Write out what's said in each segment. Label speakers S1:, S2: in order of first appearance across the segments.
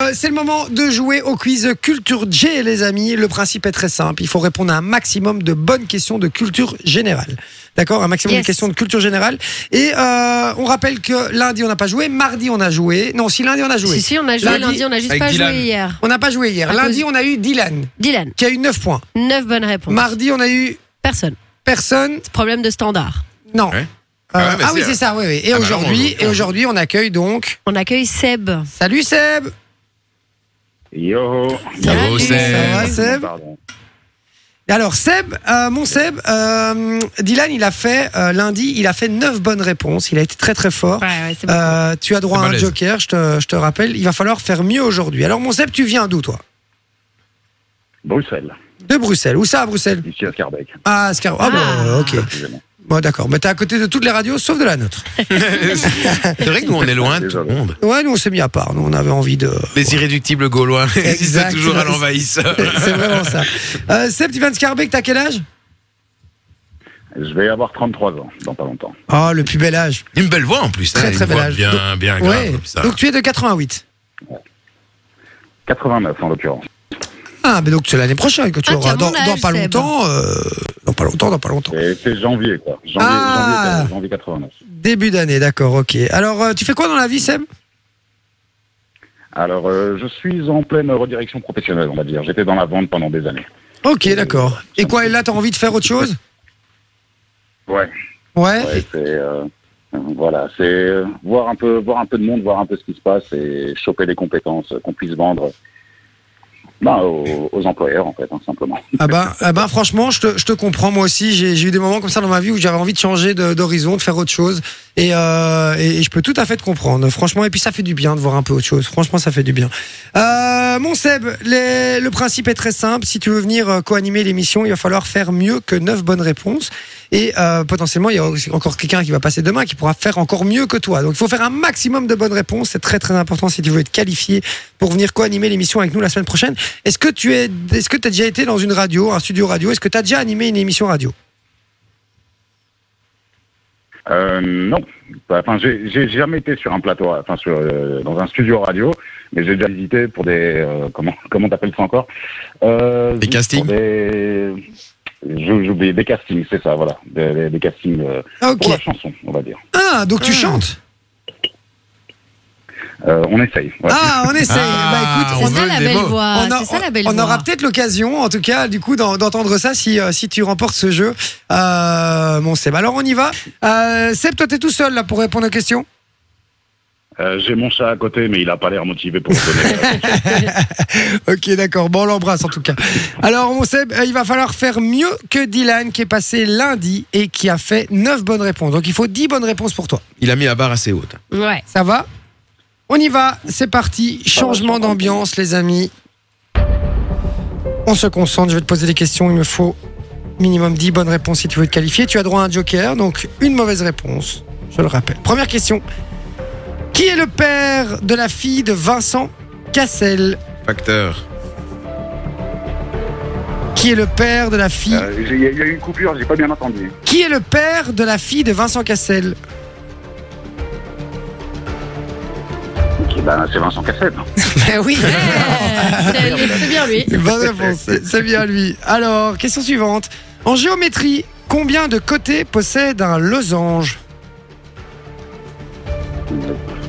S1: Euh, c'est le moment de jouer au quiz Culture G, les amis. Le principe est très simple. Il faut répondre à un maximum de bonnes questions de culture générale. D'accord Un maximum
S2: Yes.
S1: de questions de culture générale. Et euh, on rappelle que lundi, on n'a pas joué. Mardi, on a joué. Non, si lundi, on a joué.
S2: Si, si, on a joué
S1: Lundi,
S2: lundi, on a juste
S3: avec
S2: pas
S3: Dylan.
S2: joué hier.
S1: On n'a pas joué hier.
S2: À
S1: Lundi,
S2: cause-
S1: on a eu Dylan,
S2: Dylan,
S1: qui a eu 9 points.
S2: 9 bonnes réponses.
S1: Mardi, on a eu
S2: Personne.
S1: personne.
S2: Problème de standard.
S1: Non.
S3: Ouais.
S1: Euh,
S3: Ah ouais, mais
S1: ah oui,
S3: c'est-
S1: c'est ça, oui, oui. Et
S3: Ah bah non,
S1: aujourd'hui,
S3: on joue.
S1: et aujourd'hui, on accueille donc.
S2: On accueille Seb.
S1: Salut Seb
S4: Yo
S3: Bravo,
S2: Salut,
S3: Seb.
S1: Ça va, Seb
S4: Pardon.
S1: Alors Seb, euh, mon Seb, euh, Dylan, il a fait euh, lundi, il a fait 9 bonnes réponses, il a été très très fort.
S2: Ouais, ouais, c'est bon.
S1: Euh, tu as droit à
S3: C'est
S1: un
S3: balèze.
S1: joker, je te, je te rappelle, il va falloir faire mieux aujourd'hui. Alors mon Seb, tu viens d'où toi
S4: Bruxelles,
S1: De Bruxelles. Où ça à Bruxelles
S4: ici à Scarbeck.
S1: Ah, Scar. Ah, bon,
S2: Ah.
S1: ok.
S4: Excusez-moi.
S1: Bon, d'accord. Mais t'es à côté de toutes les radios, sauf de la nôtre.
S3: C'est vrai que nous, on est loin de tout le monde.
S1: Ouais, nous on s'est mis à part, nous on avait envie de...
S3: Les irréductibles gaulois, ils sont
S1: Exact.
S3: toujours à l'envahisseur.
S1: C'est vraiment ça. Euh, Seb, tu viens de Scarbeck, t'as quel âge
S4: Je vais avoir 33 ans dans pas longtemps.
S1: Oh, le plus bel âge.
S3: Une belle voix en plus.
S1: Très,
S3: hein,
S1: très
S3: une
S1: bel
S3: voix
S1: âge.
S3: Bien, bien grave.
S1: ouais.
S3: comme ça.
S1: Donc tu es de 88.
S4: 89 en l'occurrence.
S1: Ah, mais donc c'est l'année prochaine que tu
S2: Ah,
S1: auras.
S2: tiens,
S1: Dans,
S2: mon âge,
S1: dans pas
S2: Seb.
S1: longtemps, euh, dans pas longtemps, dans pas longtemps.
S4: Et c'est janvier quoi. Janvier,
S1: Ah.
S4: janvier, janvier 89.
S1: Début d'année, d'accord, ok. Alors, euh, tu fais quoi dans la vie, Seb
S4: Alors euh, je suis en pleine redirection professionnelle on va dire. J'étais dans la vente pendant des années.
S1: Ok, d'accord. Et quoi, et là, t'as envie de faire autre chose
S4: Ouais.
S1: Ouais.
S4: ouais c'est euh, euh, voilà c'est euh, voir un peu voir un peu de monde, voir un peu ce qui se passe et choper des compétences qu'on puisse vendre. Ben, aux, aux employeurs en fait hein, simplement.
S1: Ah ben, ah ben, franchement, je te, je te comprends. Moi aussi, j'ai j'ai eu des moments comme ça dans ma vie où j'avais envie de changer de- d'horizon, de, faire autre chose. Et, euh, et, et je peux tout à fait te comprendre, franchement. Et puis, ça fait du bien de voir un peu autre chose. Franchement, ça fait du bien. Euh, mon Seb, les- le principe est très simple. Si tu veux venir euh, co-animer l'émission, il va falloir faire mieux que 9 bonnes réponses. Et euh, potentiellement, il y a aussi encore quelqu'un qui va passer demain qui pourra faire encore mieux que toi. Donc, il faut faire un maximum de bonnes réponses. C'est très, très important si tu veux être qualifié pour venir co-animer l'émission avec nous la semaine prochaine. Est-ce que tu es, est-ce que tu as déjà été dans une radio, un studio radio Est-ce que tu as déjà animé une émission radio
S4: Euh, non. Enfin, j'ai j'ai jamais été sur un plateau, enfin sur euh, dans un studio radio, mais j'ai déjà visité pour des euh, comment comment t'appelles ça encore euh,
S3: Des castings
S4: pour des j'ou- j'oublie des castings, c'est ça, voilà, des, des- des castings euh,
S1: Ah ok.
S4: pour la chanson, on va dire.
S1: Ah donc tu
S3: Ah.
S1: chantes
S4: Euh, on essaye. ouais.
S1: Ah on essaye.
S3: Ah,
S1: bah
S3: on
S1: écoute.
S2: c'est
S3: veut
S2: ça la
S3: des
S2: belle
S3: mots.
S2: voix.
S1: On, a-
S2: Ah, C'est ça la belle
S1: on
S2: voix.
S1: aura peut-être l'occasion, en tout cas, du coup, d'en- d'entendre ça si, euh, si tu remportes ce jeu. Euh, bon, Seb, alors on y va. Euh, Seb, toi, t'es tout seul là pour répondre aux questions
S3: Ah.
S4: Euh, j'ai mon chat à côté, mais il a pas l'air motivé pour le donner.
S1: Ok, d'accord. Bon, on l'embrasse en tout cas. Alors, mon Seb, euh, il va falloir faire mieux que Dylan qui est passé lundi et qui a fait 9 bonnes réponses. Donc, il faut 10 bonnes réponses pour toi.
S3: Il a mis la barre assez haute.
S2: Ouais.
S1: Ça va On y va, c'est parti.
S4: Ça va,
S1: Changement
S4: je comprends.
S1: d'ambiance, les amis. On se concentre, je vais te poser des questions. Il me faut minimum 10 bonnes réponses si tu veux te qualifier. Tu as droit à un joker, donc une mauvaise réponse, je le rappelle. Première question. Qui est le père de la fille de Vincent Cassel
S3: Facteur.
S1: Qui est le père de la fille
S4: Euh, j'ai- Il y, a- il y a eu une coupure, j'ai pas bien entendu.
S1: Qui est le père de la fille de Vincent Cassel
S4: Ok, ben c'est Vincent Cassel.
S1: Eh oui
S2: Ouais, c'est- C'est bien lui.
S1: Bonne réponse, c'est- c'est bien lui. Alors, question suivante. En géométrie, combien de côtés possède un losange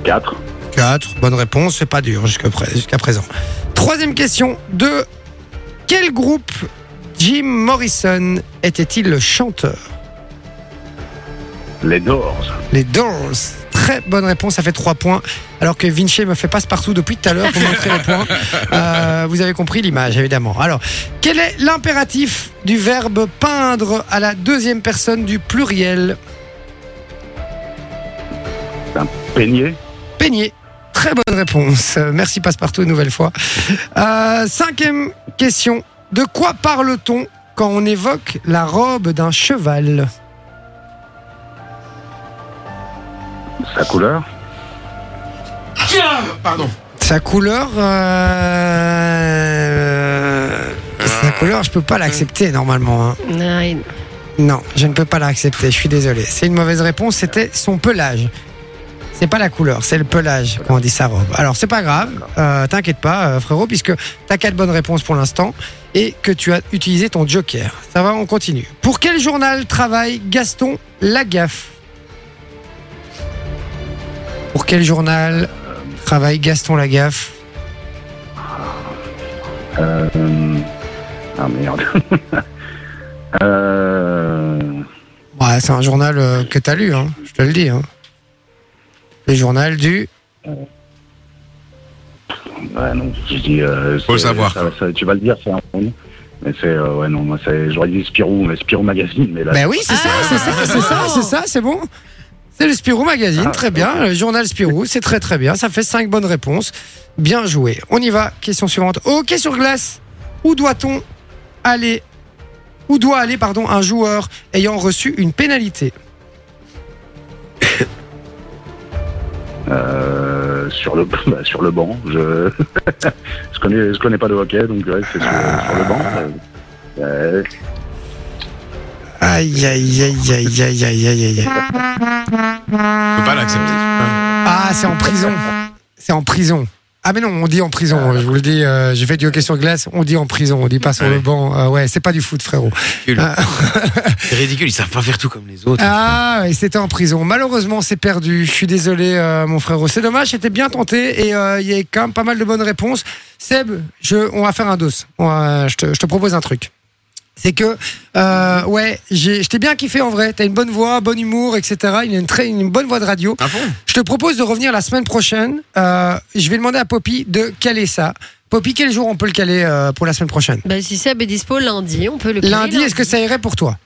S4: 4
S1: 4. Bonne réponse, c'est pas dur jusqu'à pré- jusqu'à présent. Troisième question. De quel groupe Jim Morrison était-il le chanteur
S4: les Doors.
S1: Les Doors. Très bonne réponse, ça fait 3 points. Alors que Vinci me fait passe-partout depuis tout à l'heure pour montrer les points. Euh, vous avez compris l'image, évidemment. Alors, quel est l'impératif du verbe peindre à la deuxième personne du pluriel
S4: Peigné.
S1: Peigné. Très bonne réponse. Euh, Merci Passepartout une nouvelle fois. Euh, cinquième question. De quoi parle-t-on quand on évoque la robe d'un cheval
S4: Sa couleur.
S3: Pardon.
S1: Sa couleur... euh, Sa couleur, je peux pas l'accepter normalement. hein.
S2: Nine.
S1: Non, je ne peux pas l'accepter, je suis désolé. C'est une mauvaise réponse, c'était son pelage. C'est pas la couleur, c'est le pelage quand on dit sa robe. Alors c'est pas grave, euh, t'inquiète pas euh, frérot, puisque t'as quatre bonnes réponses pour l'instant et que tu as utilisé ton joker. Ça va, on continue. Pour quel journal travaille Gaston Lagaffe Pour quel journal travaille Gaston Lagaffe
S4: Euh... Ah merde. euh...
S1: Ouais, c'est un journal euh, que t'as lu, hein, je te le dis. hein. Le journal du...
S4: Ouais, non, je dis. Euh,
S3: Faut le
S4: c'est-
S3: savoir,
S4: ça- ça- tu vas le dire, c'est un nom. Mais c'est. euh, ouais, non, moi, c'est. J'aurais dit Spirou, mais Spirou Magazine, mais là.
S1: Ben oui, c'est ça,
S2: Ah,
S1: c'est ça, c'est ça,
S2: bravo.
S1: c'est ça, c'est bon. C'est le Spirou Magazine,
S4: Ah,
S1: très bien. Le journal Spirou, c'est très très bien. Ça fait cinq bonnes réponses. Bien joué. On y va. Question suivante. Au hockey sur glace, où doit-on aller Où doit aller, pardon, un joueur ayant reçu une pénalité
S4: Euh, sur, le, bah, sur le banc. Je. je, connais, je connais pas de hockey, donc ouais, c'est sur,
S3: Ah.
S4: sur le banc. euh, ouais.
S1: Aïe, aïe, aïe, aïe, aïe, aïe, aïe, aïe.
S3: On peut pas l'accepter. Hein.
S1: Ah, c'est en prison. C'est en prison. Ah mais non, on dit en prison, je vous le dis, euh, j'ai fait du hockey sur glace, on dit en prison, on dit pas sur le
S3: Ouais.
S1: banc. Euh, ouais, c'est pas du foot frérot.
S3: Ridicule. C'est ridicule, ils savent pas faire tout comme les autres.
S1: Ah, et c'était en prison. Malheureusement, c'est perdu. Je suis désolé, euh, mon frère. C'est dommage, c'était bien tenté et euh, il y a quand même pas mal de bonnes réponses. Seb, je, on va faire un dos. On va- je, te, je te propose un truc. C'est que, euh, ouais, j'ai- je t'ai bien kiffé en vrai. T'as une bonne voix, bon humour, etc. Il a une, très, une bonne voix de radio.
S3: Ah bon
S1: Je te propose de revenir la semaine prochaine. Euh, je vais demander à Poppy de caler ça. Poppy, quel jour on peut le caler euh, pour la semaine prochaine
S2: Bah, si Seb est dispo lundi, on peut le créer
S1: Lundi, est-ce que ça irait pour toi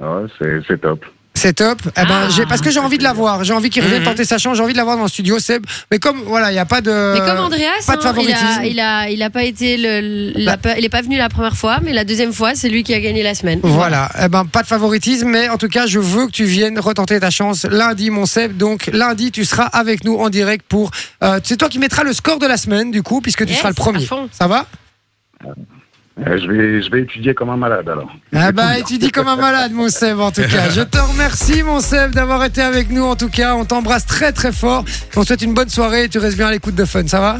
S4: Ouais, c'est, c'est top.
S1: C'est top. Eh ben,
S2: Ah.
S1: j'ai- parce que j'ai envie de la voir. J'ai envie qu'il revienne
S3: Mhm.
S1: tenter sa chance. J'ai envie de la voir dans le studio, Seb. Mais comme, voilà, il n'y a pas de.
S2: Mais comme Andreas,
S1: euh, pas de
S2: hein, il,
S1: favoritisme. Bah.
S2: a, il, a, il a pas été le, il a pas- il est pas venu la première fois, mais la deuxième fois, c'est lui qui a gagné la semaine.
S1: Voilà. Eh ben, pas de favoritisme. Mais en tout cas, je veux que tu viennes retenter ta chance lundi, mon Seb. Donc, lundi, tu seras avec nous en direct pour. euh, c'est toi qui mettras le score de la semaine, du coup, puisque tu
S2: Yes,
S1: seras le
S2: Eh, à
S1: premier.
S2: fond.
S1: Ça va
S4: Euh, je, vais, je vais étudier comme un malade alors.
S1: Ah bah, et tu dis comme un malade, mon Seb, en tout cas. Je te remercie, mon Seb, d'avoir été avec nous, en tout cas. On t'embrasse très, très fort. On te souhaite une bonne soirée et tu restes bien à l'écoute de Fun. Ça va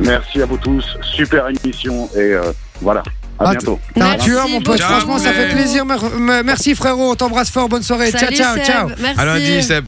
S4: Merci à vous tous. Super émission et euh, voilà. À
S1: Ah,
S4: bientôt.
S1: T'es un
S2: Merci
S1: tueur, mon pote.
S2: beaucoup.
S1: Franchement, ça fait
S3: Ciao.
S1: plaisir. Mer- me- Merci, frérot. On t'embrasse fort. Bonne soirée.
S2: Salut,
S1: ciao, ciao,
S2: Seb.
S1: ciao.
S2: Merci.
S3: À lundi, Seb.